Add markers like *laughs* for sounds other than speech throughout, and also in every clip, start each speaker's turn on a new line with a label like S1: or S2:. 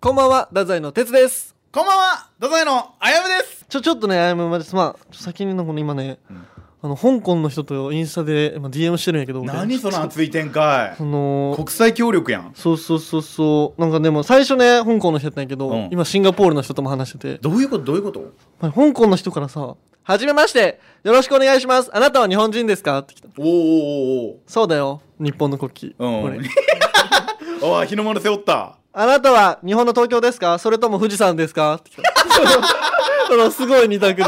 S1: こんばんは、太宰の哲です。
S2: こんばんは、どぞいのあやむです。
S1: ちょ、ちょっとね、あやむまです。まあ、ちょ先になんかね今ね、
S2: ん
S1: あの、香港の人とインスタで、まあ、DM してるんやけど、俺
S2: 何その熱い展開
S1: そ。の
S2: 国際協力やん。
S1: そうそうそうそう。なんかでも、最初ね、香港の人やったんやけど、
S2: うん
S1: 今シンガポールの人とも話してて、
S2: どういうことどういうこと
S1: まあ香港の人からさ、はじめまして、よろしくお願いします。あなたは日本人ですかって来た。
S2: おーお
S1: そうだよ、日本の国旗。
S2: うん
S1: 俺
S2: ーおーおーあー日の丸背負った。
S1: あなたは日本の東京ですかそれとも富士山ですか *laughs* って来たそのすごい二択で。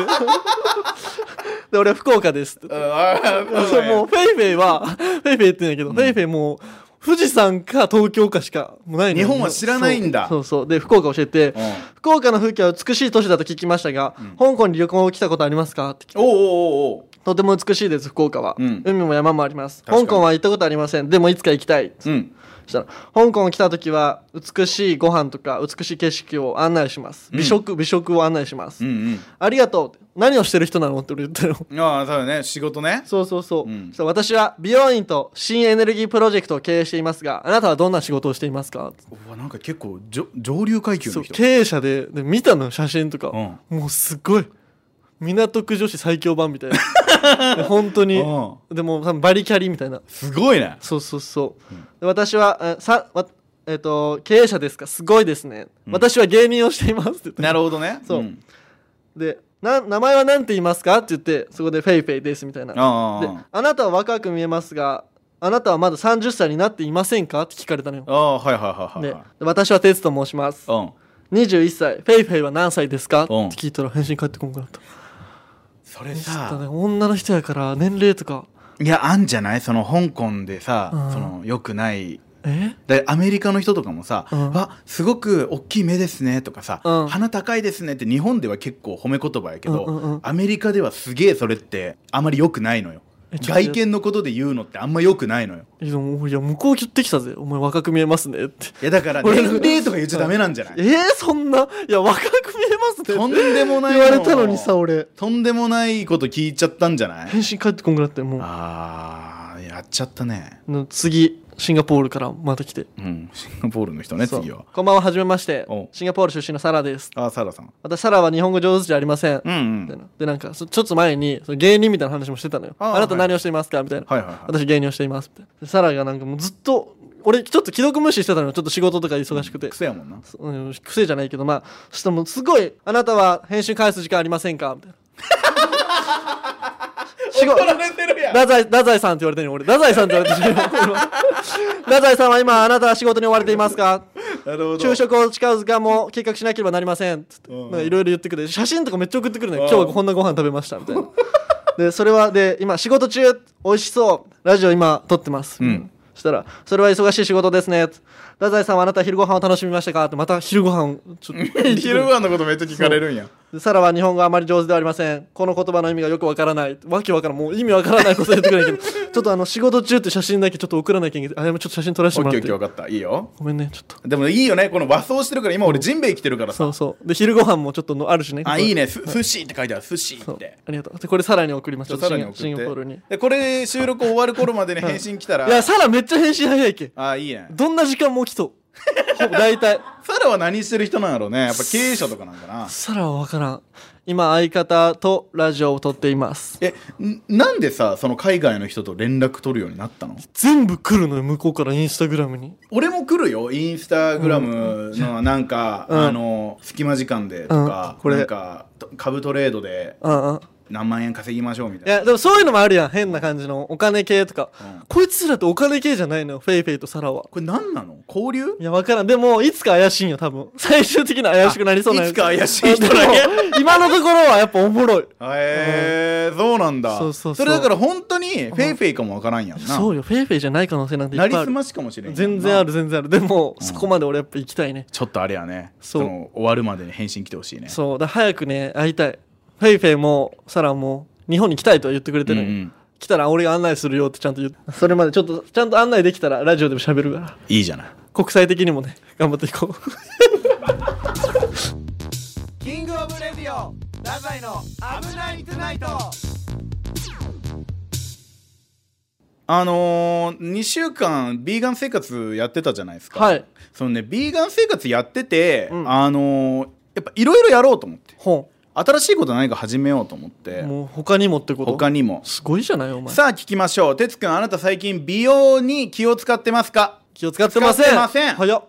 S1: で、俺は福岡ですって。
S2: うんあー
S1: そうもうフェイフェイは、 *laughs* フェイフェイって言うんやけど、フェイフェイもう、富士山か東京かしかもうないのよ
S2: 日本は知らないんだ
S1: そうそうそうで、福岡教えて、
S2: うん
S1: 福岡の風景は美しい都市だと聞きましたが、香港に旅行来たことありますかって聞いて
S2: おーおーおーお
S1: とても美しいです、福岡は、
S2: うん
S1: 海も山もあります。
S2: 確か
S1: 香
S2: に
S1: 港は行ったことありません。でもいつか行きたい。
S2: ーうん。
S1: そしたら香港来た時は美しいご飯とか美しい景色を案内します美食、美食を案内します、
S2: うん
S1: ありがとうって何をしてる人なのって俺言ったよ
S2: うん。ああ、そうだね。仕事ね。
S1: そうそうそう、
S2: うん
S1: そしたら私は美容院と新エネルギープロジェクトを経営していますがあなたはどんな仕事をしていますか
S2: うわ、なんか結構上上流階級
S1: そ
S2: の
S1: う
S2: 人。
S1: 経営者でで見たの写真とか、もうすごい港区女子最強版みたいな
S2: *laughs*
S1: で本当に
S2: う
S1: でも多分バリキャリみたいな
S2: すごいね。
S1: そうそうそう、で私はえさわえっ、と経営者ですかすごいですね、私は芸人をしていますって言って
S2: なるほどね。
S1: そうんでな名前は何て言いますかって言ってそこで「フェイフェイです」みたいなで
S2: あー
S1: 「あなたは若く見えますがあなたはまだ30歳になっていませんか?」って聞かれたのよ
S2: ああ、はいはいはいはい
S1: で
S2: はい。
S1: 私は哲と申します
S2: うん。
S1: 21歳フェイフェイは何歳ですかって
S2: うん
S1: 聞いたら返信返ってこんかなと
S2: そ
S1: ただ
S2: れ
S1: ね
S2: さ、
S1: 女の人やから年齢とか
S2: いや、あんじゃないその香港でさ
S1: うん、
S2: その、良くない
S1: え
S2: でアメリカの人とかもさ「
S1: うん
S2: あすごく大きい目ですね」とかさ、
S1: うん
S2: 鼻高いですね」って日本では結構褒め言葉やけど、
S1: うんうんうん
S2: アメリカではすげえそれってあまり良くないのよ
S1: えちょっと
S2: 外見のことで言うのってあんま良くないのよ
S1: いやもういや向こう言ってきたぜお前若く見えますねって
S2: いやだから
S1: 俺
S2: 年
S1: の
S2: 齢とか言っちゃダメなんじゃない、
S1: えー、そんないや若く見えますね
S2: とんでもない
S1: 言
S2: の
S1: われたのにさ俺
S2: とんでもないこと聞いちゃったんじゃない
S1: 返信返ってこんくなってもう
S2: あーやっちゃったね
S1: の次シンガポールからまた来て
S2: うんシンガポールの人ね次は
S1: そうこんばんははじめまして
S2: お
S1: シンガポール出身のサラです
S2: あーサラさん
S1: 私サラは日本語上手じゃありません、
S2: うんう
S1: みたい
S2: ん
S1: なでなんかそちょっと前にその芸人みたいな話もしてたのよ
S2: あ
S1: あ
S2: ー
S1: なた何をしていますかみたいな、
S2: はいはいはい
S1: 私芸人をしていますみたいなでサラがなんかもうずっと俺ちょっと既読無視してたのよちょっと仕事とか忙しくて、
S2: 癖やもんな
S1: そうん、癖じゃないけどまあそしたらもうすごい「あなたは編集返す時間ありませんか?」みた
S2: *laughs*
S1: いな仕事
S2: れてるや
S1: 太宰太宰さんって言われてるよ俺太宰さんって言わ
S2: *laughs*
S1: れてるよ俺は太宰さんは今あなたは仕事に追われていますか
S2: なるほど
S1: 昼食を誓う時間も計画しなければなりませんつって
S2: うん
S1: なんかいろいろ言ってくれて写真とかめっちゃ送ってくるね
S2: うん
S1: 今日はこんなご飯食べましたみたい
S2: *laughs*
S1: なでそれはで今仕事中美味しそうラジオ今撮ってます、
S2: うん
S1: そしたら「それは忙しい仕事ですね」太宰さんはあなた昼ご飯を楽しみましたか?」ってまた昼ご飯をちょっと
S2: *laughs* 昼ご飯のことめっちゃ聞かれるんや
S1: でサラは日本語あまり上手ではありませんこの言葉の意味がよくわからないわけわからんもう意味わからないこと言ってくれないけどちょっとあの仕事中って写真だけちょっと送らなきゃいけないあでもちょっと写真撮らせ
S2: オ
S1: ても
S2: ッケ
S1: ら
S2: ー
S1: っ
S2: オッ
S1: て
S2: ケー分かったいいよ
S1: ごめんねちょっと
S2: でもいいよねこの和装してるから今俺ジンベエ着てるからさ
S1: そうそうで昼ご飯もちょっとのあるしね
S2: あいい
S1: ね
S2: ねす寿司って書いてある寿司
S1: そう
S2: って
S1: ありがとうでこれサラに送りまし
S2: ちょ
S1: た
S2: っとさら
S1: シ
S2: に
S1: ンガシンガ
S2: 送
S1: ポール
S2: っ
S1: に
S2: てでこれ収録終わる頃までに返信来たら
S1: いやサラめっちゃ返信早いけ
S2: あいいね
S1: どんな時間も来そうほ
S2: *laughs*
S1: ぼ大体
S2: サラは何してる人なんやろうねやっぱ経営者とかなんかな
S1: サラはわからん今相方とラジオを撮っています
S2: えんなんでさその海外の人と連絡取るようになったの
S1: 全部来るのよ向こうからインスタグラムに
S2: 俺も来るよインスタグラムのなんか、
S1: うん
S2: あの隙間時間でとか、
S1: うんこれ
S2: なんかと株トレードで
S1: うんうん
S2: 何万円稼ぎましょうみたい
S1: い
S2: な
S1: やでもそういうのもあるやん変な感じのお金系とか、
S2: うん
S1: こいつらってお金系じゃないのよフェイフェイとサラは
S2: これ何なの交流
S1: いや分からんでもいつか怪しいんよ多分最終的には怪しくなりそうな
S2: あい
S1: や
S2: つか怪しい人だけ
S1: でも今のところはやっぱおもろい
S2: へえー、そうなんだ
S1: そうそうそう
S2: れだから本当にフェイフェイかもわからんやんな
S1: そうよフェイフェイじゃない可能性なんてい
S2: な
S1: っ
S2: り
S1: ぱいあ
S2: す
S1: る
S2: ましかもしれんやんな
S1: 全然ある全然あるでも、そこまで俺やっぱ行きたいね
S2: ちょっとあれやね
S1: そう
S2: その終わるまでに返信来てほしいね
S1: そうだ早くね会いたいフェイフェイもサラも日本に来たいとは言ってくれてる、
S2: うんうん
S1: 来たら俺が案内するよってちゃんと言うそれまでちょっとちゃんと案内できたらラジオでも喋るから
S2: いいじゃない
S1: 国際的にもね頑張っていこう
S2: *laughs* キングオブレディオダザイの危ないトゥナイトあのー、2週間ビーガン生活やってたじゃないですか、
S1: はい
S2: そのねビーガン生活やってて、
S1: うん
S2: あのー、やっぱいろいろやろうと思って
S1: ほ
S2: 新しいこと何か始めようと思って
S1: んもう他にもってこと
S2: 他にも
S1: すごいじゃないお前
S2: さあ聞きましょう哲くんあなた最近美容に気を使ってますか
S1: 気を使ってません
S2: 使ってません
S1: 早っ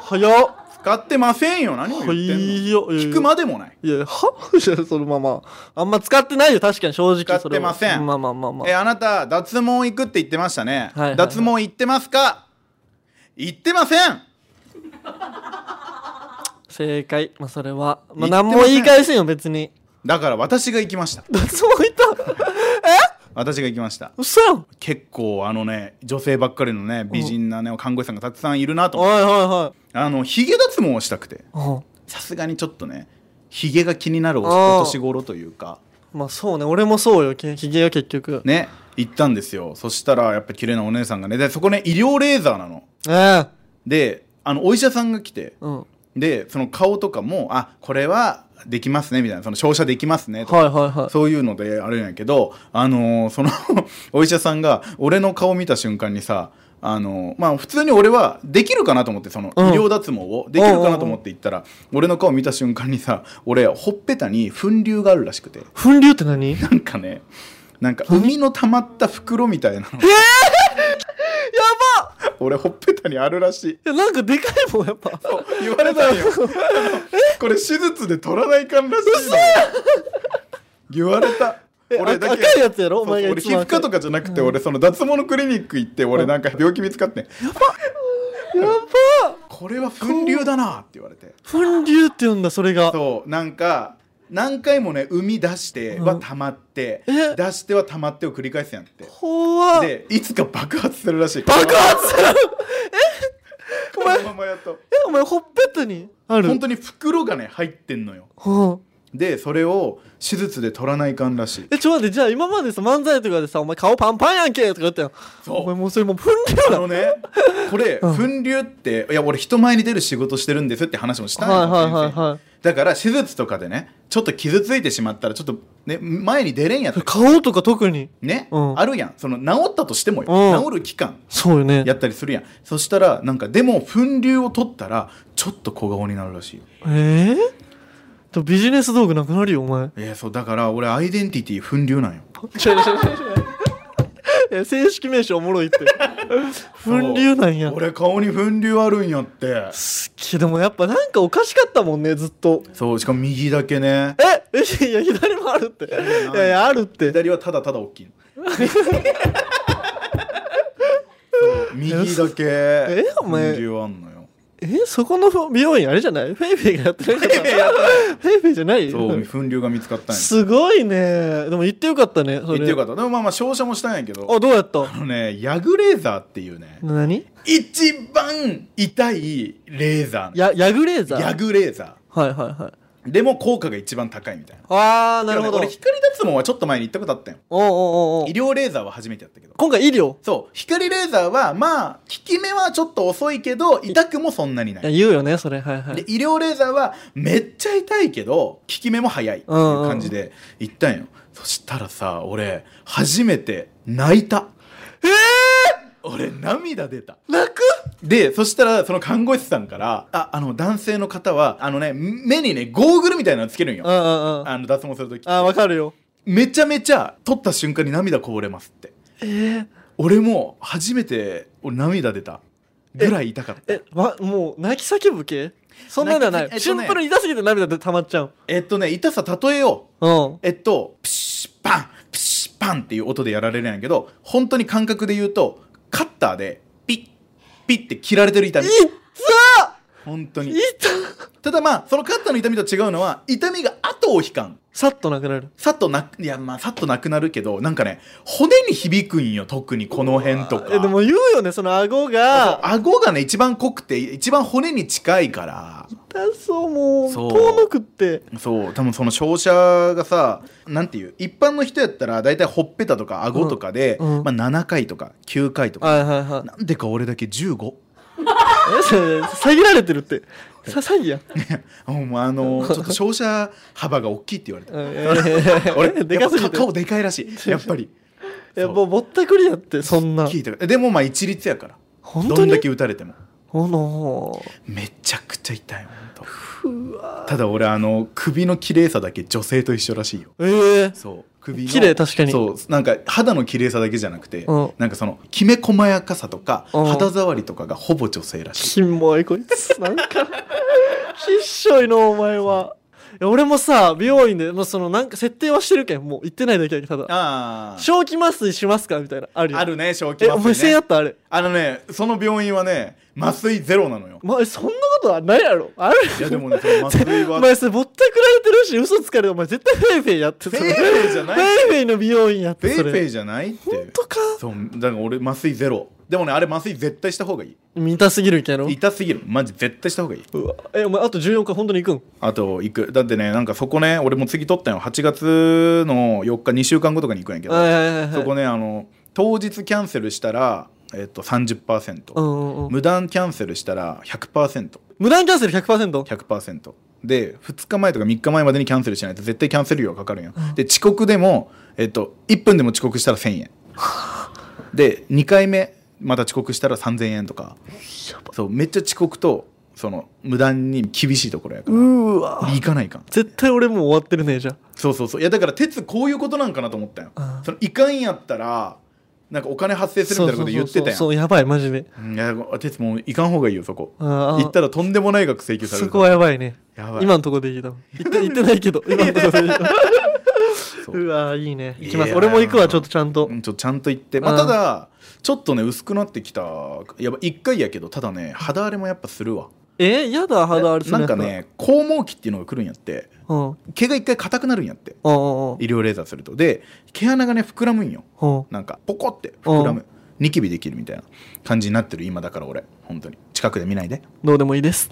S1: 早っ
S2: 使ってませんよ何を言っ
S1: は
S2: てん
S1: い
S2: の
S1: よ
S2: 聞くまでもない
S1: いやはいやそのままあんま使ってないよ確かに正直それは
S2: 使ってません
S1: まあまあまあま
S2: え
S1: あ
S2: あなた脱毛行くって言ってましたね、
S1: はいはい
S2: 脱毛行ってますか行ってません
S1: 正解まあそれはまあ
S2: 言って
S1: 何
S2: ません
S1: も言い返せんよ別に
S2: だから私が行きました
S1: 脱毛い
S2: *laughs*
S1: た
S2: 私が行きました
S1: 嘘やん
S2: 結構あのね女性ばっかりのね美人なね看護師さんがたくさんいるなと
S1: お
S2: 思って
S1: いは
S2: あのヒゲ脱毛をしたくて
S1: いはい
S2: さすがにちょっとねヒゲが気になるお
S1: あー
S2: お年頃というか
S1: うんまあそうね俺もそうよけひげよ結局
S2: ね行ったんですよそしたらやっぱ綺麗なお姉さんがねでそこね医療レーザーなの
S1: ええ
S2: であのお医者さんが来て
S1: うんはい
S2: でその顔とかもあこれはできますねみたいなその照射できますねとか
S1: はいはい
S2: そういうのであれなんやけど、あのーその *laughs* お医者さんが俺の顔見た瞬間にさ、あのーまあ普通に俺はできるかなと思ってその医
S1: うん
S2: 療脱毛をできるかなと思って行ったら、俺の顔見た瞬間にさ俺ほっぺたに粉瘤があるらしくて
S1: 粉瘤って何 *laughs* や
S2: なんかねなんか海の溜まった袋みたいなの
S1: *laughs* ばっ
S2: 俺ほっぺたにあるらしい
S1: いやなんかでかいもんやっぱ
S2: 言われたんよ *laughs* これ手術で取らないかんらしいの言われた
S1: え
S2: 俺だけ
S1: 赤いやつやろ
S2: そう
S1: お前が
S2: 俺
S1: 一
S2: 皮
S1: 番
S2: 膚
S1: 赤い
S2: 科とかじゃなくて、俺その脱毛のクリニック行って俺なんか病気見つかって
S1: やばっ
S2: これは粉瘤だなって言われて
S1: 粉瘤って言うんだそれが
S2: そうなんか何回もね産み出しては溜まって、
S1: うんえ
S2: 出しては溜まってを繰り返すやんって
S1: 怖っ
S2: でいつか爆発するらしい
S1: 爆発する
S2: このままやっと
S1: えお前ほっぺたにある
S2: 本当に袋がね入ってんのよ
S1: ほう
S2: でそれを手術で取らないかんらしい
S1: えちょっと待ってじゃあ今までさ漫才とかでさ「お前顔パンパンやんけ」とか言ったやん
S2: そう
S1: お前もうそれもう分量
S2: あ
S1: だ
S2: のねこれ
S1: うん
S2: 粉瘤っていや俺人前に出る仕事してるんですって話もしたんよ
S1: はいはいはい
S2: 先生に
S1: はい
S2: だから手術とかでねちょっと傷ついてしまったらちょっとね前に出れんやと
S1: 顔とか特に
S2: ね、
S1: うん
S2: あるやんその治ったとしてもよ、
S1: うん
S2: 治る期間
S1: そうよね
S2: やったりするやんそしたらなんかでも粉瘤を取ったらちょっと小顔になるらしいよ
S1: えー、でもビジネス道具なくなるよお *laughs* 前
S2: えー、そうだから俺アイデンティティ粉瘤なんよ
S1: 違う違う違う違ういや正式名称おもろいって
S2: そう
S1: 分量なんや
S2: 俺顔に粉瘤あるんやって
S1: すっげえでもやっぱなんかおかしかったもんねずっと
S2: そうしかも右だけね
S1: ええいや左もあるってい
S2: 左もある
S1: やいやあるって
S2: 左はただただ大きいの *laughs* そう右だけ
S1: えお前
S2: 粉瘤あんのよ
S1: えそこの美容院あれじゃないフェイフェイがやってなかった
S2: いやいや
S1: フェイフェイじゃない
S2: そう粉瘤が見つかったんや
S1: すごいねでも行ってよかったねそ
S2: 言
S1: れ
S2: ってよかったでもまあまあ照射もしたんやけど
S1: あどうやった
S2: あのねヤグレーザーっていうね
S1: 何
S2: 一番痛いレーザー
S1: やヤグレーザー
S2: ヤグレーザ
S1: はいはいはい
S2: ーでも効果が一番高いみたいな
S1: ああなるほど
S2: でもね俺光脱毛はちょっと前に行ったことあったよ
S1: おうおうおうおう
S2: 医療レーザーは初めてやったけど
S1: 今回医療
S2: そう光レーザーはまあ効き目はちょっと遅いけど痛くもそんなにない
S1: いや言うよねそれはいは
S2: で
S1: い
S2: 医療レーザーはめっちゃ痛いけど効き目も早いっていう感じで行ったんよ、そしたらさ俺初めて泣いた
S1: え
S2: 俺涙出た
S1: ー、泣く
S2: でそしたらその看護師さんからああの男性の方はあのね目にねゴーグルみたいなのつけるん
S1: う
S2: よ
S1: んうんうんあ
S2: あの脱毛するとき
S1: ーわかるよ
S2: めちゃめちゃ取った瞬間に涙こぼれますって
S1: えー、
S2: 俺も初めて俺涙出たぐらい痛かった
S1: えわもう泣き叫ぶ系そんなのはない、
S2: 泣きえっ
S1: シ
S2: と
S1: ン
S2: ね
S1: プルに痛すぎて涙で溜まっちゃう
S2: えっとね痛さ例えよう
S1: うん
S2: えっと、プシュッパン、プシュッパンっていう音でやられるんやけど、本当に感覚で言うと、カッターで、ピッ、ピッって切られてる痛み
S1: い。った
S2: 本当
S1: い
S2: に。
S1: った
S2: ただまあ、そのカッターの痛みと違うのは、痛みが後を引かん。
S1: さっとなくなる
S2: さっとなく、いやまあ、さっとなくなるけど、なんかね、骨に響くんよ、特にこの辺とか。
S1: えでも言うよねその顎
S2: そう
S1: が
S2: 顎がね、一番濃くて、一番骨に近いから。
S1: 痛そうもう
S2: そう
S1: 遠のくって
S2: そう多分その照射がさなんていう一般の人やったら大体ほっぺたとか顎とかで、
S1: うんうん
S2: まあ、7回とか9回とか、
S1: はいはいはい
S2: なんでか俺だけ15
S1: えそれ詐欺られてるってさ詐欺やん
S2: もうあ
S1: *laughs*
S2: のちょっと照射幅が大きいって言われ
S1: うん
S2: た俺
S1: で
S2: やっ
S1: かす
S2: ぱ
S1: ぎ
S2: か
S1: て
S2: 顔でかいらしいやっぱり
S1: いやもうぼったくりやってそんな
S2: 聞いたからでもまあ一律やから
S1: 本
S2: ど
S1: 当
S2: んだ
S1: に
S2: け打たれても
S1: ほの
S2: めちゃくちゃ痛い本当ただ俺あの首の綺麗さだけ女性と一緒らしいよ
S1: ええ
S2: そう首の
S1: 綺麗確かに
S2: そうなんか肌の綺麗さだけじゃなくて、
S1: うん
S2: なんかそのきめ細やかさとか、
S1: うん
S2: 肌触りとかがほぼ女性らしい
S1: キモいこいつなんかきっしょいのお前はいや俺もさ美容院で、まあ、そのなんか設定はしてるけんもう行ってないだけやけどただ
S2: あー
S1: 正気麻酔しますかみたいなあるよ
S2: あるね正気
S1: えお前
S2: 麻
S1: せん
S2: 酔、
S1: や
S2: ね、
S1: ったあれ、
S2: あのねその病院はね麻酔ゼロなのよ
S1: まあ、そんなことはないやろある
S2: いやでもねその麻
S1: *laughs*
S2: 酔
S1: お
S2: は
S1: 前それぼったくられてるし嘘つかれてお前絶対フェイフェイやって
S2: フェ
S1: そ
S2: イ
S1: れ
S2: フェイじゃない
S1: フェイフェイの美容院やっ
S2: フェ
S1: て
S2: イ
S1: そ
S2: フ
S1: れ
S2: ェイじゃないって
S1: とか
S2: そうだから俺麻酔ゼロでもねあれ麻酔絶対した方がいい
S1: 見たすぎるけど
S2: 痛すぎるマジ絶対した方がいいう
S1: わえお前あと14日本当に行くん
S2: あと行くだってねなんかそこね俺も次取ったよ8月の4日2週間後とかに行くんやけど、
S1: はいはいはいはい
S2: そこねあの当日キャンセルしたら、えっと30%、
S1: うんうんうん
S2: 無断キャンセルしたら 100%100%
S1: 無断キャンセル 100%?
S2: で2日前とか3日前までにキャンセルしないと絶対キャンセル料がかかるんよで遅刻でも、えっと1分でも遅刻したら1000円
S1: *laughs*
S2: で2回目また遅刻したら3000円とかそうめっちゃ遅刻とその無断に厳しいところやか
S1: う
S2: ら
S1: ーわ
S2: 行かないかん
S1: 絶対俺もう終わってるねじゃあ
S2: そうそうそういやだから鉄こういうことなんかなと思ったよ
S1: あ
S2: そのいかんやったらなんかお金発生するみたいなこと言ってたやん
S1: そうそうそうそうやばいマジで
S2: うんいや鉄もういかん方がいいよそこ
S1: あー
S2: 行ったらとんでもない額請求される
S1: そこはやばいね
S2: やばい
S1: 今のとこでいいだろ行って行ってないけ
S2: *laughs*
S1: ど今のとこでいいだろ
S2: そう
S1: うわいいね行きま
S2: い
S1: す
S2: やー
S1: 俺も行くわちょっとちゃんと
S2: うんちょっとちゃんと行って、まあ、
S1: うん
S2: ただちょっとね薄くなってきたやば一回やけどただね肌荒れもやっぱするわ
S1: えやだ肌あれ
S2: なんかね肛門期っていうのが来るんやって
S1: うんうん
S2: 毛が一回硬くなるんやって
S1: うんうん
S2: 医療レーザーするとで毛穴がね膨らむんよ
S1: うん
S2: なんかポコって膨らむニキビできるみたいな感じになってる今だから俺本当に近くで見ないで
S1: どうでもいいです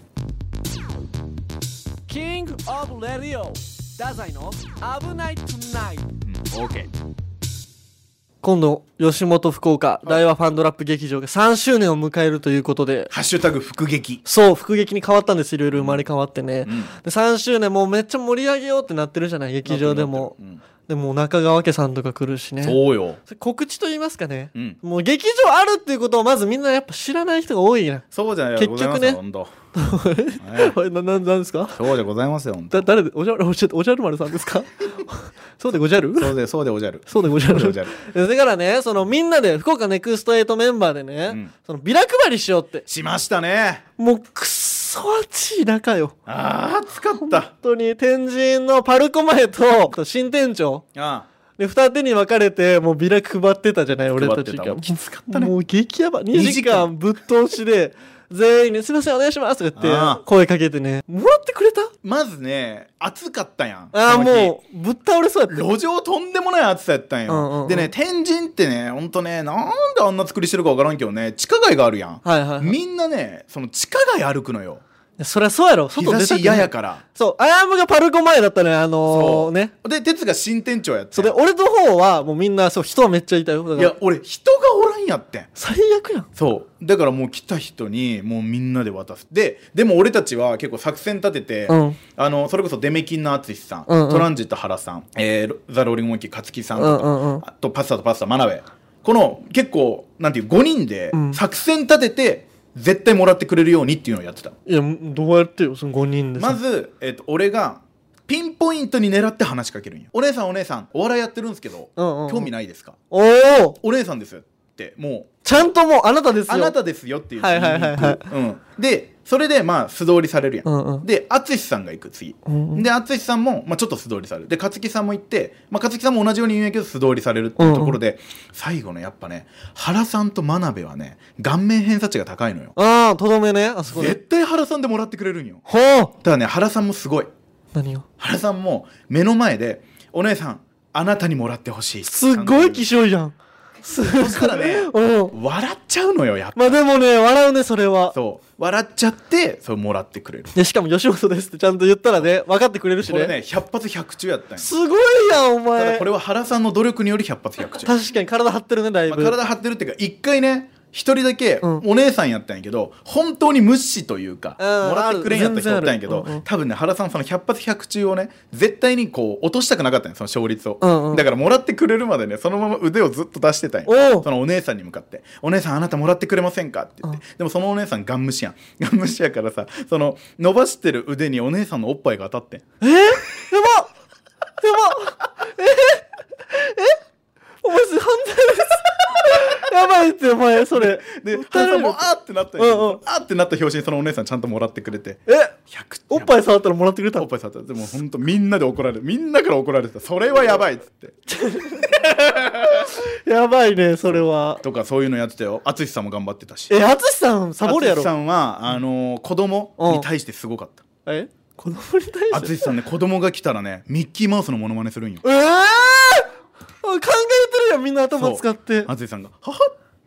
S1: キングオブレディオダザイの危ないトゥナイト
S2: オーケー
S1: 今度吉本福岡大和ファンドラップ劇場が3周年を迎えるということで
S2: ハッシュタグ腹撃
S1: そう復劇に変わったんですいろいろ生まれ変わってね、
S2: ん
S1: で3周年もうめっちゃ盛り上げようってなってるじゃない劇場でも、でもう中川家さんとか来るしね
S2: そうよ
S1: それ告知と言いますかね、
S2: うん
S1: もう劇場あるっていうことをまずみんなやっぱ知らない人が多いな
S2: そうじゃ
S1: 結
S2: ございま
S1: 局
S2: すよ
S1: ね
S2: 本
S1: *laughs*
S2: 当
S1: これなななんですか
S2: そうじゃございますよ本当
S1: だ誰でおじゃるおじゃおじゃる丸さんですか *laughs* そうでごじゃる
S2: そうでそうでおじゃる
S1: そうでごじゃ
S2: そうでお
S1: る
S2: じゃる
S1: だからねそのみんなで福岡ネクストエイトメンバーでね、
S2: うん
S1: そのビラ配りしようって
S2: しましたね
S1: もうくっそ暑い中よ
S2: あー暑かった
S1: 本当に天神のパルコ前と新店長
S2: あ
S1: で二手に分かれてもうビラ配ってたじゃない俺たち
S2: 配ってた
S1: が
S2: もう
S1: きつかったねもう激ヤバ2時
S2: 時間
S1: 間ぶっ通しで全員に「すいませんお願いします」とか言
S2: あ
S1: っ
S2: あ
S1: て声かけてねもらってくれた
S2: まずね暑かったやん
S1: ああ
S2: その日
S1: もうぶっ倒れそうやった
S2: 路上とんでもない暑さやったんよ、
S1: うんうんうん
S2: でね天神ってねほんとねなんであんな作りしてるかわからんけどね地下街があるやん、
S1: はいはいはいい
S2: みんなねその地下街歩くのよ
S1: やそりゃそうやろ
S2: 日
S1: 外
S2: 差
S1: 出た
S2: し
S1: くな
S2: 嫌
S1: い
S2: やから
S1: そうアヤムがパルコ前だったねあのーね
S2: で哲が新店長やって
S1: そうで俺の方はもうみんなそう人はめっちゃいたよだ
S2: い
S1: か
S2: や
S1: ら
S2: 俺人がおらんやってん
S1: 最悪やん
S2: そうだからもう来た人にもうみんなで渡すででも俺たちは結構作戦立てて、
S1: うん
S2: あのそれこそデメキンの淳さん、
S1: うんうん
S2: トランジット原さん、えーロザ・ローリング・モンキー勝木さんとか、
S1: うんうんうん
S2: あとパスタとパスタ真鍋この結構なんていう5人で
S1: うん
S2: 作戦立てて、絶対もらってくれるようにっていうのをやってた
S1: いやどうやってよその5人でさ
S2: まず、えっと俺がピンポイントに狙って話しかけるんよ「お姉さんお姉さんお笑いやってるんですけど、
S1: うんうんうん
S2: 興味ないですか
S1: おお
S2: お姉さんです」ってもう
S1: ちゃんともうあなたですよ
S2: あなたですよっていう
S1: はいはいはいはい
S2: うん、でそれでまあ素通りされるやん、
S1: うんうん
S2: で淳さんが行く次、
S1: うんうん
S2: で淳さんも、まあ、ちょっと素通りされるで勝木さんも行って、まあ、勝木さんも同じように言うんやけど素通りされるっていうところで、最後ねやっぱね原さんと真鍋はね顔面偏差値が高いのよ
S1: ああとどめねあそこで
S2: 絶対原さんでもらってくれるんよ
S1: ほう
S2: ただね原さんもすごい
S1: 何よ
S2: 原さんも目の前で「お姉さんあなたにもらってほしい」
S1: すっごい気性いいじゃんすごい
S2: そしたらね
S1: うん
S2: 笑っちゃうのよやっぱ
S1: まあでもね笑うねそれは
S2: そう笑っちゃってそれもらってくれる
S1: でしかも吉本ですってちゃんと言ったらね分かってくれるし
S2: これ
S1: ね
S2: ね100発100中やったんよ
S1: すごいやんお
S2: た一人だけ
S1: うん
S2: お姉さんやったんやけど、本当に無視というか、
S1: うん
S2: もらってくれんやった人
S1: あ
S2: お
S1: る
S2: ったんやけど、
S1: 全然あるうんうん
S2: 多分ね原さんその100発100中をね絶対にこう落としたくなかったんやその勝率を、
S1: うんうん
S2: だからもらってくれるまでねそのまま腕をずっと出してたんや
S1: おう
S2: そのお姉さんに向かって「お姉さんあなたもらってくれませんか?」って言って、でもそのお姉さんガン無視やんガン無視やからさその伸ばしてる腕にお姉さんのおっぱいが当たってん
S1: えー、やばやばえー、えお前それ犯罪ですやばいってお前それ
S2: で
S1: 訴
S2: 原
S1: えら
S2: さん
S1: れる
S2: もあーってなったんやけど
S1: うんうん
S2: あーってなった拍子にそのお姉さんちゃんともらってくれて
S1: え
S2: 100
S1: おっぱい触ったらもらってくれた
S2: おっ
S1: の
S2: ぱい触ったでも本当みんなで怒られるみんなから怒られてたそれはやばいっつって
S1: やばいねそれは
S2: とかそういうのやってたよ淳さんも頑張ってたし
S1: え淳さんサボるやろ
S2: 淳さんはあのー子供に対してすごかった
S1: え子供に対して
S2: 淳さんね子供が来たらねミッキーマウスのモノマネするんよ
S1: ええ考えてるやんみんな頭使って
S2: 淳さんが「はは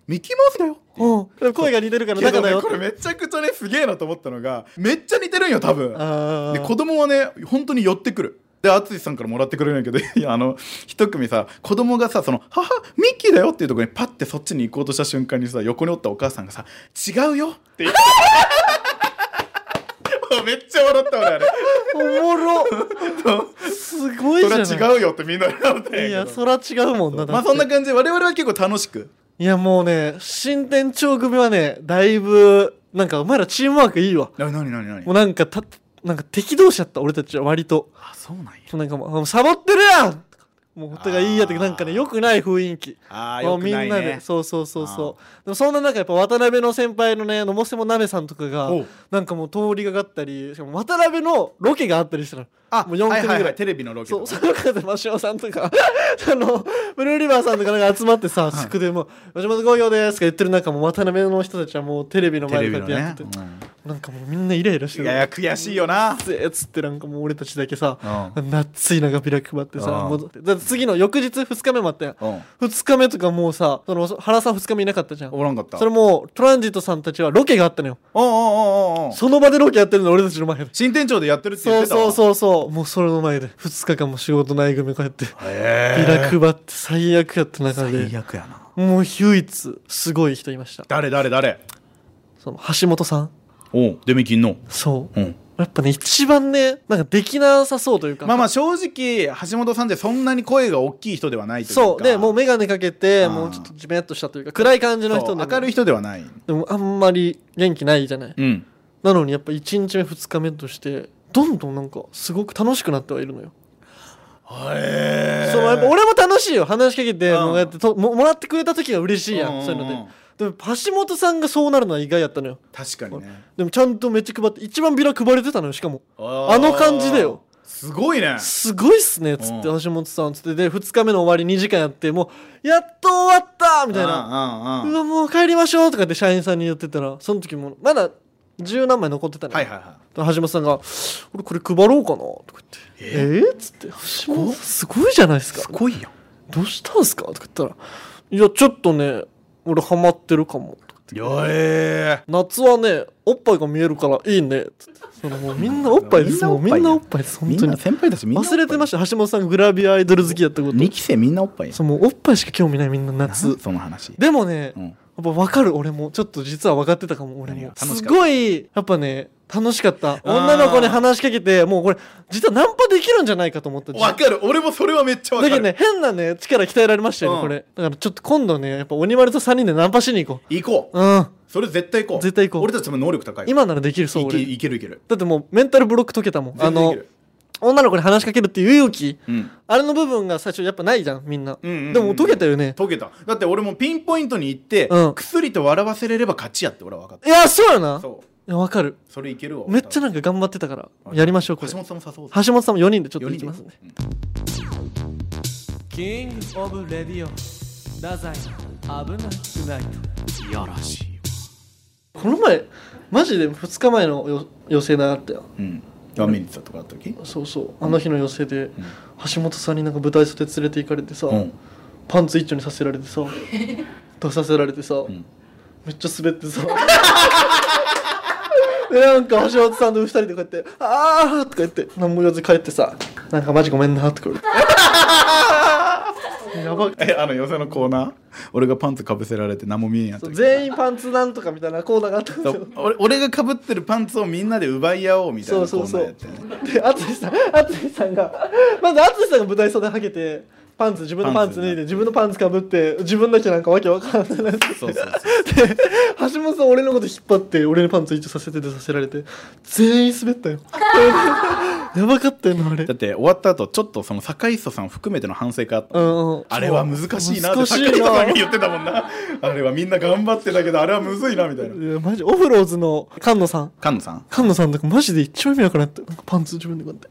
S2: ミッキーマウスだよ」っていう
S1: うん声が似てるから
S2: け
S1: 中
S2: ど
S1: だ
S2: ね
S1: よ
S2: これめちゃくちゃねすげえなと思ったのがめっちゃ似てるんよ多分
S1: あ
S2: で子供はね本当に寄ってくるで淳さんからもらってくれるんやけど *laughs* いやあの一組さ子供がさその「母ミッキーだよ」っていうところにパッてそっちに行こうとした瞬間にさ横におったお母さんがさ「違うよ」って言ってめっちゃ笑った俺 *laughs* あれ
S1: おも
S2: *laughs*
S1: ろすごいじゃない
S2: それは違うよってみんな笑ったん
S1: い
S2: や
S1: や
S2: けど
S1: そら違うもんなだって
S2: まあそんな感じで我々は結構楽しく
S1: いやもうね新店長組はねだいぶなんかお前らチームワークいいわ
S2: ななになになに
S1: もうなんかたなんか敵同士やった俺たちは割と
S2: あそうなんや
S1: なんかもうあもうサボってるやんもうお互いいいやって
S2: あー
S1: なんかね良くない雰囲気
S2: ああ
S1: も
S2: よ
S1: う
S2: くない
S1: みんなで
S2: ね
S1: そうそうそうそうでもそんな中やっぱ渡辺の先輩のねのもせもなべさんとかが
S2: おう
S1: なんかもう通りがかったりしかも渡辺のロケがあったりしたの
S2: あ
S1: もう四組ぐらい
S2: はいはいはいテレビのロケ
S1: そ
S2: と
S1: う
S2: か
S1: その中で真オさんとか *laughs* あのブルーリバーさんとかなんか集まってさ宿でも「吉本興業です」とか言ってる中もう渡辺の人たちはもうテレビの
S2: テ
S1: 前
S2: レ
S1: で
S2: ビ
S1: こ
S2: の
S1: うや
S2: ね
S1: ってやってて、なんかもうみんなイライラして
S2: うんい
S1: る
S2: やいや悔しいよな
S1: ぜーっつってなんかもう俺たちだけさ、
S2: う
S1: 夏い長びら配ってさ、
S2: うん
S1: 戻ってだって次の翌日2日目もあったやん、
S2: うん
S1: 2日目とかもうさその原さん2日目いなかったじゃん
S2: おらんかった
S1: それもうトランジットさんたちはロケがあったのよ
S2: おうおうおうおうおう
S1: その場でロケやってるの俺たちの前で
S2: 新店長でやってるって言
S1: そう
S2: ってたわ
S1: そうそうそうもうそれの前で2日間も仕事ない組こうやってビラ
S2: へ
S1: 配って最悪やった中
S2: え
S1: で
S2: 悪やな
S1: もう唯一すごい人いました
S2: 誰誰誰
S1: その橋本さん
S2: おうデミキンの
S1: そう
S2: うん
S1: やっぱね一番ねなんかできなさそうというか
S2: まあまあ正直橋本さんってそんなに声が大きい人ではないというか
S1: そうでもう眼鏡かけて
S2: あー
S1: もうちょっとジメッとしたというか暗い感じの
S2: そ
S1: 人
S2: う
S1: でも
S2: 明るい人ではない
S1: でもあんまり元気ないじゃない、
S2: うん
S1: なのにやっぱ1日目2日目としてどんどんなんかすごく楽しくなってはいるのよ、
S2: へ
S1: そのやっぱ俺も楽しいよ話しかけて
S2: うん
S1: もうやってとももらってくれた時が嬉しいやん、
S2: うんうんうん
S1: そういうのででも橋本さんがそうなるのは意外やったのよ
S2: 確かにね
S1: でもちゃんとめっちゃ配って一番ビラ配れてたのよしかも
S2: あー
S1: あの感じだよ
S2: すごいね
S1: すごいっすねっつって
S2: う
S1: 橋本さんっつってで2日目の終わり2時間やってもうやっと終わったみたいな
S2: な
S1: うわもう帰りましょうとかって社員さんに言ってたらその時もまだ十何枚残ってたのよ、
S2: はいはいは
S1: で橋本さんが「俺これ配ろうかな」とか言って「えっ?」っつって「橋本さんすごいじゃないです
S2: い
S1: か
S2: ごいよ
S1: どうしたんすか?」とか言ったら「いやちょっとね俺ハマってるかも」
S2: よえ
S1: 夏はねおっぱいが見えるからいいね」っつってそのもうみんなおっぱいですもうみ
S2: み
S1: ん
S2: ん
S1: な
S2: な
S1: お
S2: お
S1: っ
S2: っ
S1: ぱいです本
S2: み
S1: 当
S2: ん
S1: に
S2: な先輩たちみんな
S1: 忘れてま
S2: し
S1: した橋本さんグラビアアイドル好きやったこと
S2: 2期生みんなおっぱいや
S1: そうもうおっぱいしか興味ないみんな夏
S2: その話
S1: でもね、
S2: うん
S1: やっぱ分かる俺もちょっと実は分かってたかも俺
S2: 何
S1: も
S2: が楽しかった
S1: すごいやっぱね楽しかった女の子に話しかけてもうこれ実はナンパできるんじゃないかと思った
S2: わかる俺もそれはめっちゃわ
S1: だ
S2: か
S1: けど
S2: る
S1: ね変なね力鍛えられましたよね、
S2: うん
S1: これだからちょっと今度ねやっぱ鬼丸と3人でナンパしに行こ
S2: 行こ
S1: ううん
S2: うそれ絶対行こう
S1: 絶対行こう
S2: 俺たちも能力高い
S1: 今ならできるそう
S2: いけ
S1: 俺
S2: いけるいける
S1: だってもうメンタルブロック解けたもんあ
S2: 全然い
S1: の
S2: ける
S1: 女の子に話しかけるっていう勇気
S2: うん
S1: あれの部分が最初やっぱないじゃんみんな、
S2: うんうんうんうん
S1: でももう解けたよね
S2: 解けただって俺もピンポイントに行って、
S1: うん
S2: 薬と笑わせれれば勝ちやって俺は分かっ
S1: いやそうよな
S2: たそう
S1: いや分かる
S2: それいけるわ
S1: めっちゃ
S2: な
S1: なんか頑張ってたからやりましょうこ
S2: 橋
S1: れ
S2: 本さんも誘おう
S1: 橋本さんも4人でちょっと行
S2: 四人
S1: き
S2: で
S1: ますねキングオブレディオ太宰危なくない
S2: うんいやらしいわ
S1: この前マジで2日前のよ寄せがあったよ
S2: うん画面にとかあった時
S1: そうそうあの日の寄せで、橋本さんになんか舞台袖連れて行かれてさ、
S2: うん
S1: パンツ一丁にさせられてさ出させられてさ、
S2: ん
S1: めっちゃ滑ってさ *laughs* でなんか橋本さんと2人でこうやって「ああ」とか言って何も言わず帰ってさ「なんかマジごめんな」とか言われてやば
S2: えあの寄せのコーナー俺がパンツかぶせられて何も見えんやった
S1: そう
S2: 時
S1: 全員パンツなんとかみたいなコーナーがあったんで
S2: そ
S1: すよ
S2: う俺俺がかぶってるパンツをみんなで奪い合おうみたい
S1: そう
S2: なコ
S1: そ
S2: ー
S1: う
S2: ナ
S1: そ
S2: ーやっ
S1: う
S2: て
S1: で
S2: ね
S1: 淳さん淳さんがまず淳さんが舞台袖はけてパンツ自分のパンツ脱いで自分のパンツかぶって自分だけなんかわけわからんない
S2: そうそう
S1: で橋本さん俺のこと引っ張って俺のパンツ一応させてでさせられて全員滑った
S2: *laughs*
S1: よやばかったよなあれ
S2: だって終わった後ちょっとその坂井戸さん含めての反省会あった、
S1: うんうん
S2: あれは難しいなって
S1: 難しいな
S2: 坂井戸さんが言ってたもんな *laughs* あれはみんな頑張ってたけどあれはむずいなみたいない
S1: やマジオフローズの菅野さん
S2: 菅野さん
S1: 菅野さんとかマジで一応意味わからんってなんかパンツ自分でこうやって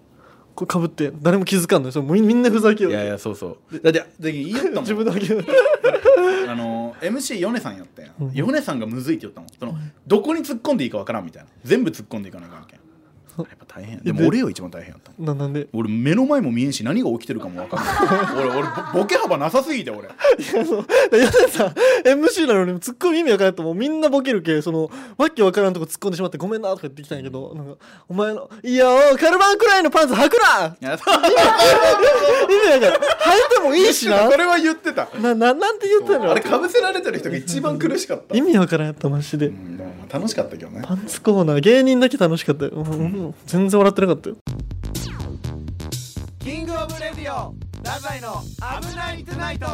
S1: こうかぶって誰も気づかんのよそれもうみんなふざけよ
S2: いやいやそうそうだってだって言いよったもん
S1: 自分だけ
S2: あの MC ヨネさんやったやんヨネさんがむずいって言ったもんそのどこに突っ込んでいいかわからんみたいな全部突っ込んでいかなきゃいけんやっぱ大変やでも俺よ一番大変やったもん
S1: ななんで
S2: 俺目の前も見えんし何が起きてるかもわからん *laughs* 俺俺ボボケ幅なさすぎて俺
S1: あの、ヨネさん、MC なのにツッコミ意味わからんと、もうみんなボケるけ、その、わけわからんとこ突っ込んでしまってごめんなとか言ってきたんやけど、なんか、お前の、いやおうカルバンくらいのパンツ履くな *laughs*
S2: いやそう
S1: 意味わからん。履いてもいいしな
S2: そ。れは言ってた
S1: な、な、なんて言ったの
S2: あれかぶせられてる人が一番苦しかった
S1: 意味わからんやった、マジで
S2: う。んでもまあ楽しかったけどね
S1: パンツコーナー、芸人だけ楽しかったよ。うんうん全然笑ってなかったよ。
S3: キングオブレディオラザイの危ないトゥナイト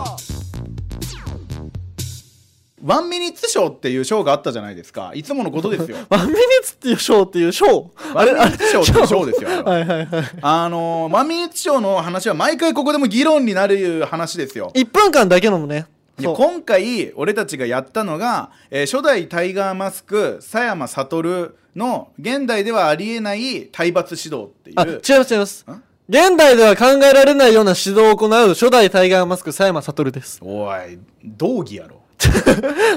S2: ワンミニッツショーっていうショーがあったじゃないですかいつものことですよ
S1: ワンミニッツっていうショーっていうショー。
S2: ワンミニッツショーっていうショーですよあれは
S1: はいはいはい。
S2: あのー、マミニッツ賞の話は毎回ここでも議論になる話ですよ。
S1: 1分間だけのもね。
S2: で
S1: そう
S2: 今回俺たちがやったのが、えー初代タイガーマスク佐山悟の現代ではありえない体罰指導ってい
S1: あ、違いうます違います。現代では考えられないような指導を行う初代タイガーマスク佐山悟です。
S2: おい道義やろ
S1: *laughs*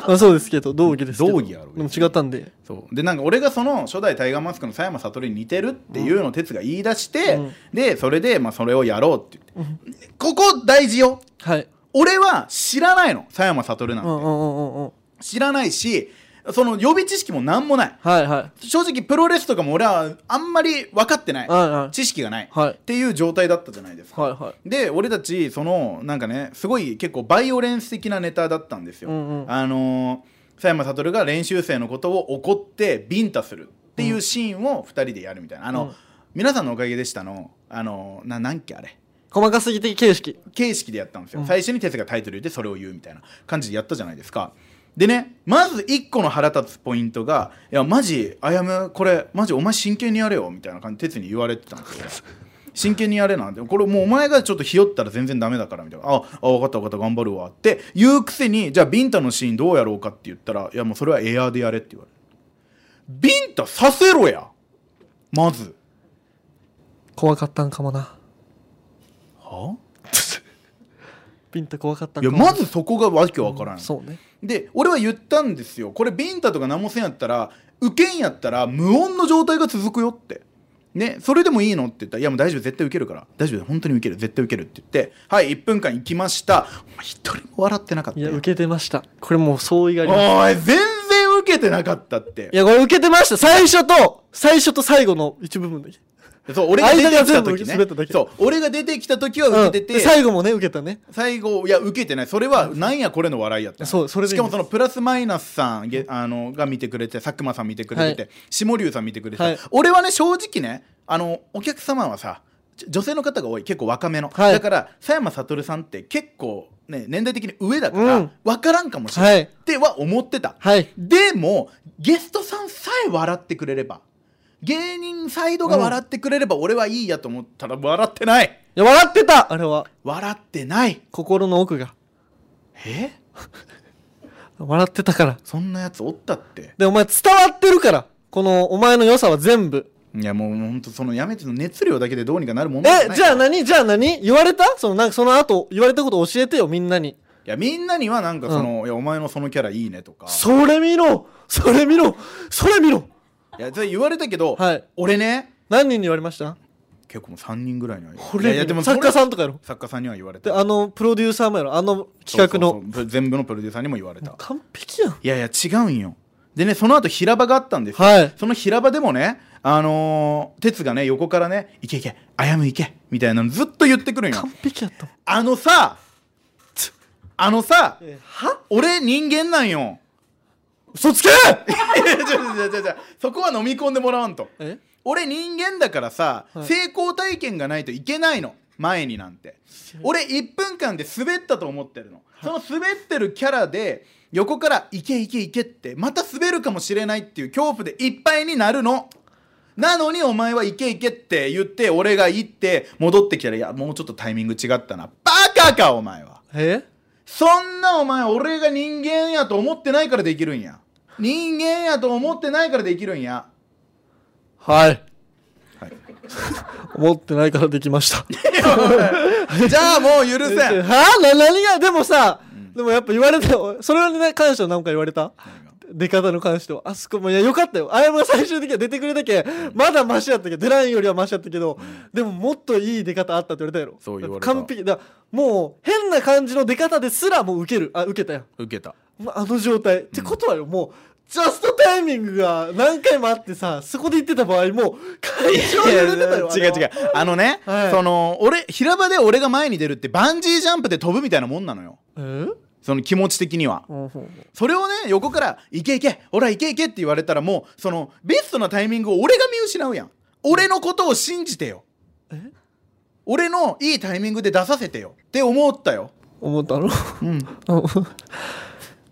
S1: あそうですけど、道義ですけど。
S2: 道義やろ
S1: でも違ったんで。
S2: そうでなんか俺がその初代タイガーマスクの佐山悟に似てるっていうのを哲が言い出して、
S1: うん
S2: でそれで、まあ、それをやろうって言って、ここ大事よ
S1: はい。
S2: 俺は知らないの佐山悟なん
S1: う
S2: て、
S1: んうんうんうんうん。
S2: 知らないしその予備知識も何もない
S1: はいはい。
S2: 正直プロレスとかも俺はあんまり分かってない、
S1: はいはい
S2: 知識がない、
S1: はい
S2: っていう状態だったじゃないですか、
S1: はいはい。
S2: で俺たちそのなんかねすごい結構バイオレンス的なネタだったんですよ、
S1: うんうん
S2: あのー佐山悟が練習生のことを怒ってビンタするっていうシーンを2人でやるみたいなあの、
S1: うん
S2: 皆さんのおかげでしたのあのな何期あれ
S1: 細かすぎて形式。
S2: 形式でやったんですよ、
S1: うん
S2: 最初に哲がタイトル言ってそれを言うみたいな感じでやったじゃないですかでねまず1個の腹立つポイントが「いやマジあやむこれマジお前真剣にやれよ」みたいな感じで哲に言われてたんですよ *laughs* 真剣にやれなんてこれもうお前がちょっとひよったら全然ダメだからみたいな「ああ分かった分かった頑張るわ」って言うくせにじゃあビンタのシーンどうやろうかって言ったら「いやもうそれはエアーでやれ」って言われるビンタさせろやまず
S1: 怖かったんかもな。
S2: は
S1: ピンタ怖かったん
S2: いや
S1: かもな。
S2: まずそこがわけわからん、
S1: そうね。
S2: で俺は言ったんですよこれビンタとか何もせんやったら受けんやったら無音の状態が続くよってねそれでもいいのって言ったら「いやもう大丈夫絶対受けるから大丈夫本当に受ける絶対受ける」って言って「はい1分間行きました」お前一人も笑ってなかった
S1: い
S2: よ
S1: や、受けてました。これもう相違があります。
S2: おい全然受けてなかったって
S1: いや、これ受けてました。最初と、最初と最後の一部分だけ。
S2: そう俺が出てきた時
S1: 間が全部滑っただ
S2: ね
S1: け
S2: そう俺が出てきた時は受けてて、
S1: うんで最後もね、受けたね。
S2: 最後いや受けてないそれはなんやこれの笑いやった
S1: そうそれでい
S2: し
S1: い
S2: かもそのプラスマイナスさんげあのが見てくれて佐久間さん見てくれてて、
S1: は
S2: 下龍さん見てくれてて、
S1: はい
S2: 俺はね正直ねあのお客様はさちょ女性の方が多い結構若めの、
S1: はい
S2: だから佐山悟さんって結構ね年代的に上だから、
S1: うん
S2: 分からんかもしれない、
S1: はい
S2: っては思ってた、
S1: はい。
S2: でもゲストさんさえ笑ってくれれば芸人サイドが笑ってくれれば俺はいいやと思ったら笑ってない
S1: いや、笑ってたあれは。
S2: 笑ってない
S1: 心の奥が。
S2: え
S1: 笑ってたから。
S2: そんなやつおったって
S1: で、お前伝わってるから。この、お前の良さは全部。
S2: いやもうほんとそのやめての熱量だけでどうにかなるもんなん
S1: え、
S2: ない
S1: じゃあ何じゃあ何言われたその、なんかその後、言われたこと教えてよ、みんなに。
S2: いやみんなにはなんかその、いやお前のそのキャラいいねとか
S1: それ見ろそれ見ろそれ見ろ
S2: いやそれ言われたけど、
S1: はい
S2: 俺ね
S1: 何人に言われました
S2: 結構もう3人ぐらいには
S1: こ
S2: いやいや
S1: れ
S2: でも
S1: 作家さ
S2: ん
S1: んとかやろ。
S2: 作家さんには言われ
S1: で、
S2: た
S1: あの、プロデューサーもやろ。あの企画
S2: そう
S1: の。
S2: そうそう全部のプロデューサーにも言われた
S1: 完璧やん。
S2: いやいや違うんよでねその後平場があったんですよ、
S1: はい
S2: その平場でもねあのー、哲がね横からね「いけいけあやむいけ」みたいなのずっと言ってくるんよ
S1: 完璧やったもん。
S2: あのさあのさ
S1: えは
S2: 俺人間なんよ
S1: 嘘つけ
S2: *laughs* いやちょちょちょちょそこは飲み込んでもらわんと
S1: え
S2: 俺人間だからさ、
S1: はい
S2: 成功体験がないといけないの前になんて俺1分間で滑ったと思ってるの、その滑ってるキャラで横から「いけいけいけ」ってまた滑るかもしれないっていう恐怖でいっぱいになるのなのにお前は「いけいけ」って言って俺が行って戻ってきたら「いやもうちょっとタイミング違ったなバカかお前は
S1: え
S2: そんなお前俺が人間やと思ってないからできるんや人間やと思ってないからできる
S1: *laughs*
S2: んや
S1: はい
S2: はい
S1: *laughs* 思ってないからできました
S2: じゃあもう許せん
S1: はあな何がでもさ、でもやっぱ言われたよそれに、ね、関しては何か言われた出方の関してはあそこもいやよかったよあれも最終的には出てくれたけまだマシやったけど出ないよりはマシやったけど、でももっといい出方あったって言われたやろ
S2: そう言われた
S1: 完璧だもう変な感じの出方ですらもう受けるあ受けたよ
S2: 受けた
S1: まあの状態、ってことはよもうジャストタイミングが何回もあってさそこで言ってた場合もう会場で
S2: 違
S1: 揺
S2: う
S1: れてたよあれは
S2: 違うあのね、
S1: はい
S2: その俺平場で俺が前に出るってバンジージャンプで飛ぶみたいなもんなのよ
S1: えー
S2: その気持ち的には
S1: うんうん
S2: それをね横から「いけいけほらいけいけ」って言われたらもうそのベストなタイミングを俺が見失うやん俺のことを信じてよ
S1: え
S2: 俺のいいタイミングで出させてよって思ったよ
S1: 思ったの
S2: うん
S1: *laughs*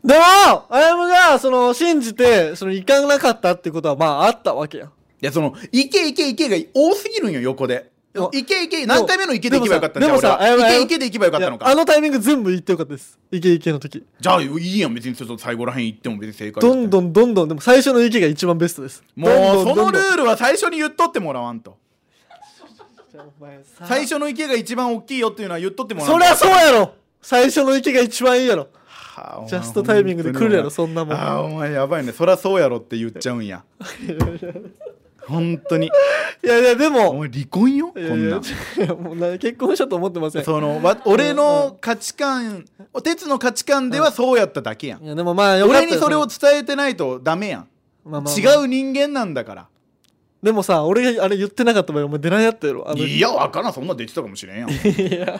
S1: でも、あやむが、その、信じて、その、行かなかったってことは、まあ、あったわけやん。
S2: いやその「いけいけいけ」が多すぎるんよ横で
S1: あ
S2: 「いけいけ」何回目の「いけ」でいけばよかったんじ
S1: でも
S2: ゃん俺
S1: さ、
S2: は「
S1: でもさ
S2: い
S1: あやむ
S2: けいけ」でいけばよかったの
S1: いやあ
S2: か
S1: のタイミング全部行ってよかったです。イケイケの時。
S2: じゃあいいやん別にその最後らへん行っても別に正解だった
S1: どんどんどんどん、でも最初のイケが一番ベストです。
S2: も
S1: どん
S2: う
S1: どん
S2: そ
S1: ど
S2: の
S1: んど
S2: ル
S1: ん
S2: ールは最初に言っとってもらわんと
S1: お前さ
S2: 最初の池が一番大きいよっていうのは言っとってもらわ
S1: そ
S2: ん
S1: り
S2: と
S1: ゃそうやろ最初のイケが一番いいやろ。
S2: はあお前
S1: ジャストタイミングで来るやろそんなもん
S2: ああお前やばいねそりゃそうやろって言っちゃうんや本
S1: *laughs*
S2: 当に
S1: いやいや、で
S2: お
S1: も、
S2: 前離婚よこ
S1: いやい
S2: ん
S1: や
S2: ない
S1: やもうな結婚したと思ってません。
S2: そのわ俺の価値観鉄の価値観ではそうやっただけやん
S1: いや、でもまあ、よかった
S2: 俺
S1: よ
S2: にそれを、伝えてないとダメやん
S1: まあまあまあ
S2: 違う人間なんだから
S1: でもさ、俺があれ言ってなかった場合、お前出ないやったやろ。あの
S2: いやわからんそんなできたかもしれんやんそ
S1: いや
S2: れは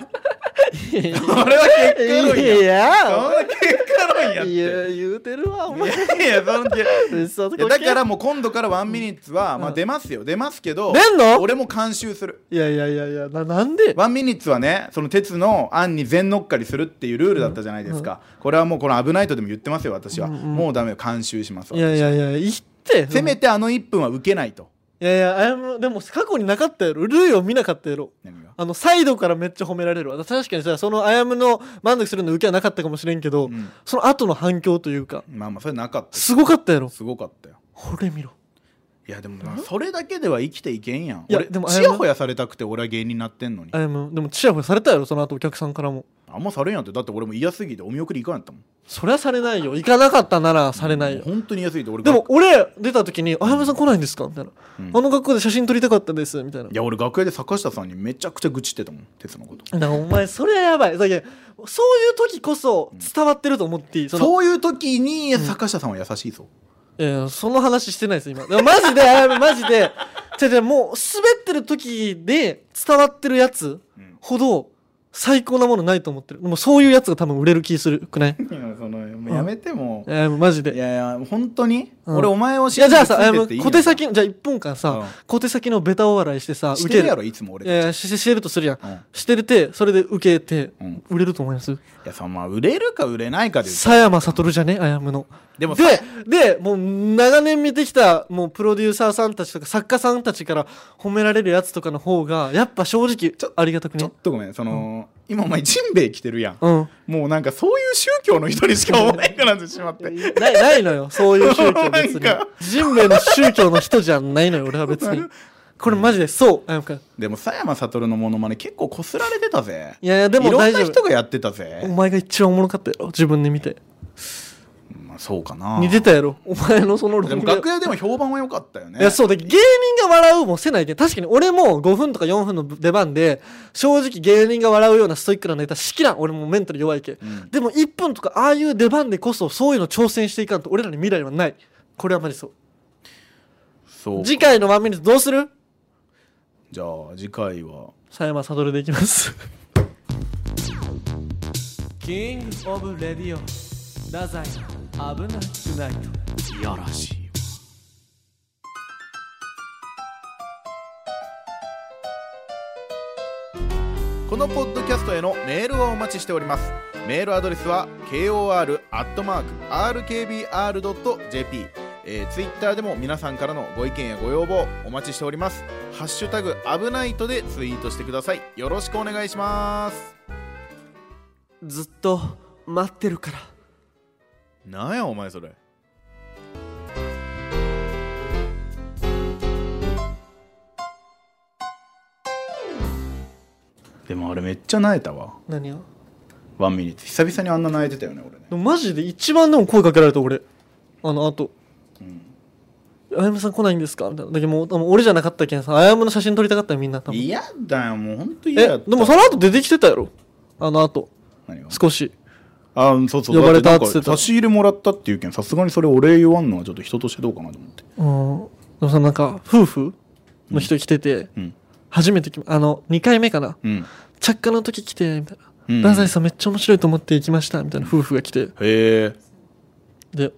S2: 結果論や
S1: い
S2: ん
S1: や
S2: そんな結果論やっ
S1: い
S2: て
S1: や言うてるわお
S2: い
S1: 前
S2: やいや
S1: *laughs*
S2: そんない
S1: 嘘つけ
S2: やだからもう今度からワンミニッツは、まあ、
S1: うん
S2: 出ますよ出ますけど
S1: 出んの
S2: 俺も監修する
S1: いやいやいやいやななんで
S2: ワンミニッツはねその鉄の案に全乗っかりするっていうルールだったじゃないですか、これはもうこの「危ない」とでも言ってますよ私は、
S1: うんうん
S2: もうダメよ監修します
S1: いやいやいや言って
S2: せめてあの1分は受けないと
S1: いやいやあやむでも過去になかったやろルーを見なかったやろ
S2: 何が
S1: あのサイドからめっちゃ褒められるわ確かにさそのあやむの満足するの受けはなかったかもしれんけど、
S2: うん
S1: その後の反響というか
S2: まあまあそれなかった
S1: すごかったやろ
S2: すごかったよ
S1: これ見ろ
S2: いやでもなそれだけでは生きていけんやん
S1: いや
S2: 俺
S1: でもあ
S2: ち
S1: れは
S2: やほやされたくて俺は芸人になってんのに
S1: あやむでもチヤホヤされたやろその後お客さんからも
S2: あんまされんやんってだって俺も嫌すぎてお見送り行かんやったもん
S1: そりゃされないよ行かなかったならされないよ
S2: 本当に嫌すぎて俺
S1: で
S2: が
S1: も俺出た時に「あやめさん来ないんですか?」みたいな、
S2: うん
S1: あの学校で写真撮りたかったんです」みたいない
S2: や俺楽屋で坂下さんにめちゃくちゃ愚痴ってたもん鉄のこと
S1: だからお前それはやばいだけどそういう時こそ伝わってると思っていいその
S2: そういう時に坂下さんは優しいぞ、
S1: いやいやその話してないです今でもマジであやめマジでじゃじゃもう滑ってる時で伝わってるやつ
S2: うん
S1: ほど最高なものないと思ってるもうそういうやつが多分売れる気するくない
S2: いやそのもうやめても、
S1: あやめマジで
S2: いやいや本当に、
S1: うん
S2: 俺お前を知
S1: いやじゃあさあやめ小手先じゃあ1分間
S2: うん
S1: さ小手先のベタお笑いしてさ
S2: し
S1: 受
S2: て
S1: け
S2: るや
S1: る
S2: ろいつも俺
S1: い
S2: たち
S1: やいやししてるとするやん
S2: うんい
S1: してるてそれで受けて
S2: うん
S1: 売れると思います
S2: やそのまあ売れるか売れないかで言う
S1: 佐山悟じゃねあやむの
S2: でもさ
S1: ででもう長年見てきたもうプロデューサーさんたちとか作家さんたちから褒められるやつとかの方がやっぱ正直ありがたく
S2: ちょっ
S1: ね
S2: とごめんその、今お前ジンベエ着てるやん、
S1: うん
S2: もうなんかそういう宗教の人にしか思えなくなってしまって
S1: ないないのよそういう宗教別に
S2: *laughs* なんか
S1: 人類の宗教の人じゃないのよ俺は別
S2: *laughs*
S1: にこれマジでそうあやむくん
S2: でも佐山悟のモノマネ結構こすられてたぜ
S1: いやいやでも
S2: いろん
S1: 大
S2: な
S1: 丈
S2: 人
S1: 夫
S2: がやってた
S1: お
S2: ぜ、
S1: 前が一番おもろかったやろ自分で見て
S2: まあ、そうかな
S1: 似てたやろお前のその
S2: でも楽屋でも評判は良かったよね
S1: いやそうで芸人が笑うもせないけど確かに俺も5分とか4分の出番で正直芸人が笑うようなストイックなネタ好きなん俺もメンタル弱いけ、
S2: ん
S1: でも1分とかああいう出番でこそそういうの挑戦していかんと俺らに未来はないこれはマジそう
S2: そう
S1: 次回のワンミニッツどうする
S2: じゃあ次回は
S1: 佐山悟でいきます
S2: 「
S1: キングオブレディオ太宰の危なくないと
S2: いやらしいこのポッドキャストへのメールをお待ちしておりますメールアドレスは kor.rkbr.jp えー、ツイッターでも皆さんからのご意見やご要望お待ちしております「ハッシュタグ危ないと」でツイートしてくださいよろしくお願いします
S1: ずっと待ってるから
S2: なんやお前それでも俺めっちゃ泣いたわ
S1: 何を
S2: ワンミニッツ久々にあんな泣いてたよね俺ね
S1: でもマジで一番でも声かけられた俺あのあと「あやむさん来ないんですか?」みたいなだけどもう多分俺じゃなかったけんさあやむの写真撮りたかったよみんな多分
S2: 嫌だよもうほんと嫌
S1: え
S2: だった
S1: でもその後出てきてたやろあの後
S2: 何が
S1: 少し
S2: あそうそう
S1: 呼ばれた
S2: だってな
S1: っ
S2: ん
S1: つって
S2: か
S1: た
S2: 差し入れもらったっていうけんさすがにそれお礼言わんのはちょっと人としてどうかなと思って
S1: うんでもさなんか夫婦の人来てて、
S2: うん
S1: 初めて来あの2回目かな
S2: うん
S1: 着火の時来てみたいな
S2: うん
S1: 「太宰さんめっちゃ面白いと思って行きました」みたいな夫婦が来て
S2: へえ
S1: で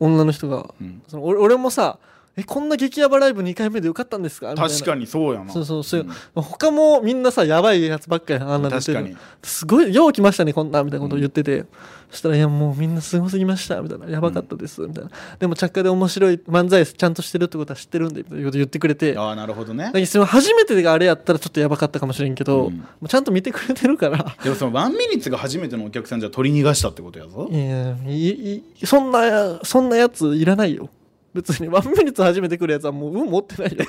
S1: 女の人が、
S2: うん
S1: その俺俺もさ「えこんな激ヤバライブ2回目でよかったんですか?」みたいな
S2: 確かにそうやな
S1: そうそうそう、
S2: ん
S1: 他もみんなさやばいやつばっかりあんな出て
S2: 確か
S1: る
S2: に
S1: すごいよう来ましたねこんなみたいなことを言ってて、そしたら「いやもうみんなすごすぎました」みたいな「やばかったです」みたいな「でも着火で面白い漫才ちゃんとしてるってことは知ってるんで」みたいなこと言ってくれて。
S2: ああなるほどね
S1: だけどその初めてがあれやったらちょっとやばかったかもしれんけど、
S2: うん
S1: もうちゃんと見てくれてるから
S2: でもそのワンミニッツが初めてのお客さんじゃ取り逃がしたってことやぞ
S1: いやいいいそんなそんなやついらないよ別にワンミニッツ初めて来るやつはもう運持ってないよ *laughs*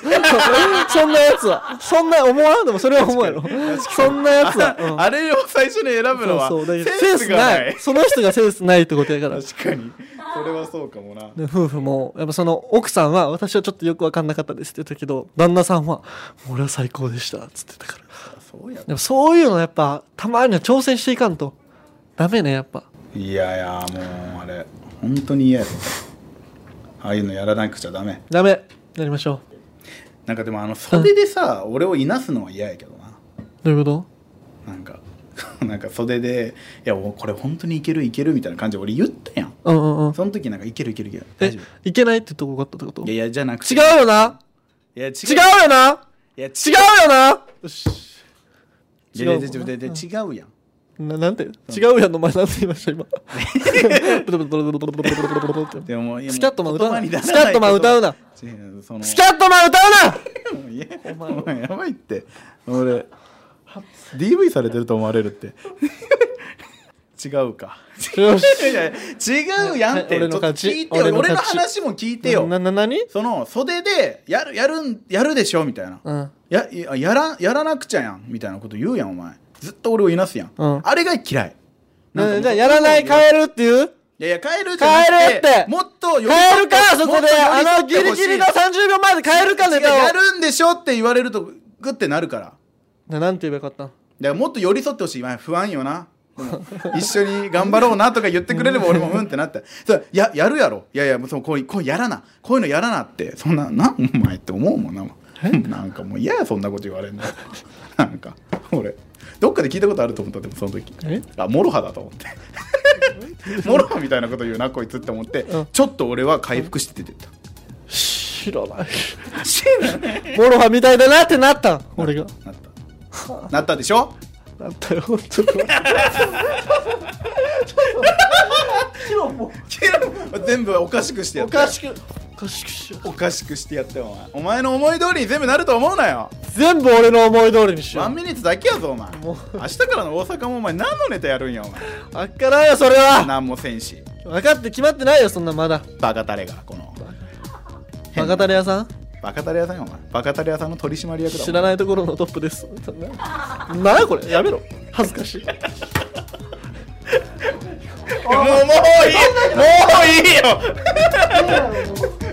S1: そんなやつはそんな思わんでもそれは思うやろそんなやつは、うん
S2: あれを最初に選ぶのは
S1: そうそうだけど
S2: センスがない
S1: その人がセンスないってことやから
S2: 確かにそれはそうかもな
S1: で夫婦もやっぱその奥さんは私はちょっとよく分かんなかったですって言ったけど旦那さんは「俺は最高でした」っつってたから
S2: そうや
S1: でもそういうのやっぱたまには挑戦していかんとダメねやっぱ
S2: いやいやもうあれ本当に嫌やったああいうのやらなくちゃダメ
S1: ダメやりましょう
S2: なんかでもあの袖でさ俺をいなすのは嫌やけどな
S1: どういうこと
S2: なんか *laughs* なんか袖で「いやもうこれ本当にいけるいける」みたいな感じで俺言ったやん
S1: うんうんうん
S2: その時なんか「いけるいけるいける大
S1: え
S2: 丈夫
S1: いけないってとこがあったってこと
S2: いやいやじゃなくて
S1: 違うよない
S2: や違う
S1: 違うよない
S2: や
S1: 違
S2: 違
S1: うよな
S2: ういやいや
S1: 違うもんな
S2: 違う違う違うやん
S1: ななんて違うやんの前なんて言いました
S2: *laughs*
S1: 今ブルブルブルブルブルブルブルブルブルって
S2: でももういや
S1: スキャットマン歌う
S2: 言葉
S1: な
S2: になら
S1: スキャットマン歌うな
S2: 違うその
S1: スキャットマン歌うない
S2: やお前やばいって俺 DV されてると思われるって *laughs* 違うか
S1: よし
S2: いやいや違うやんって
S1: はい俺の
S2: 俺の
S1: 勝ち
S2: 聞いて
S1: 俺
S2: よ俺
S1: の
S2: の
S1: 勝ち
S2: 話も聞いてよ
S1: なな何
S2: その袖でやるやるんやるでしょみたいな、
S1: うん
S2: やいややらやらなくちゃやんみたいなこと言うやんお前ずっと俺をいなすやん、
S1: うん
S2: あれが嫌いなんかも
S1: な
S2: う
S1: じゃあやらない
S2: い
S1: 変えるっていう
S2: やいや変えるじゃなく
S1: 変えるって
S2: もっと
S1: 変えるかそこであのギリギリの
S2: さ
S1: 30秒前で変えるかネタを
S2: やるんでしょって言われるとグッてなるから
S1: ななんて言えばよかった
S2: だからもっと寄り添ってほしい、まあ、不安よなでも *laughs* 一緒に頑張ろうなとか言ってくれれば俺もうんってなってそうややるやろいやいやもうそうこういうこうやらなこういうのやらなってそんななんお前って思うもんななんかもう嫌やそんなこと言われんの *laughs* なんか俺どっかで聞いたことあると思ったでもその時
S1: え
S2: あモロハだと思って
S1: *laughs*
S2: モロハみたいなこと言うなこいつって思って、
S1: うん
S2: ちょっと俺は回復しててた、
S1: 知ら *laughs* ない
S2: 死ぬ
S1: モロハみたいだなってなったん俺が
S2: なったなったでしょ *laughs*
S1: なったよ本当に
S2: 全部おかしくしてや
S1: お
S2: ったよ
S1: かしくおかしくしよう
S2: おかしくしてやってよお前お前の思い通りに全部なると思うなよ
S1: 全部俺の思い通りにしよ
S2: ワ
S1: う
S2: ンミニッツだけやぞお前
S1: も
S2: 明
S1: う
S2: 日からの大阪もお前何のネタやるんやお前
S1: あっからんよそれは
S2: 何もせんし
S1: 分かって決まってないよそんなまだ
S2: バカタレがこの
S1: バカタレ屋さん
S2: バカタレ屋さんやお前バカタレ屋さんの取締役だ
S1: 知らないところのトップです *laughs* なあこれやめろ恥ずかしい
S2: もうもういいもういいよ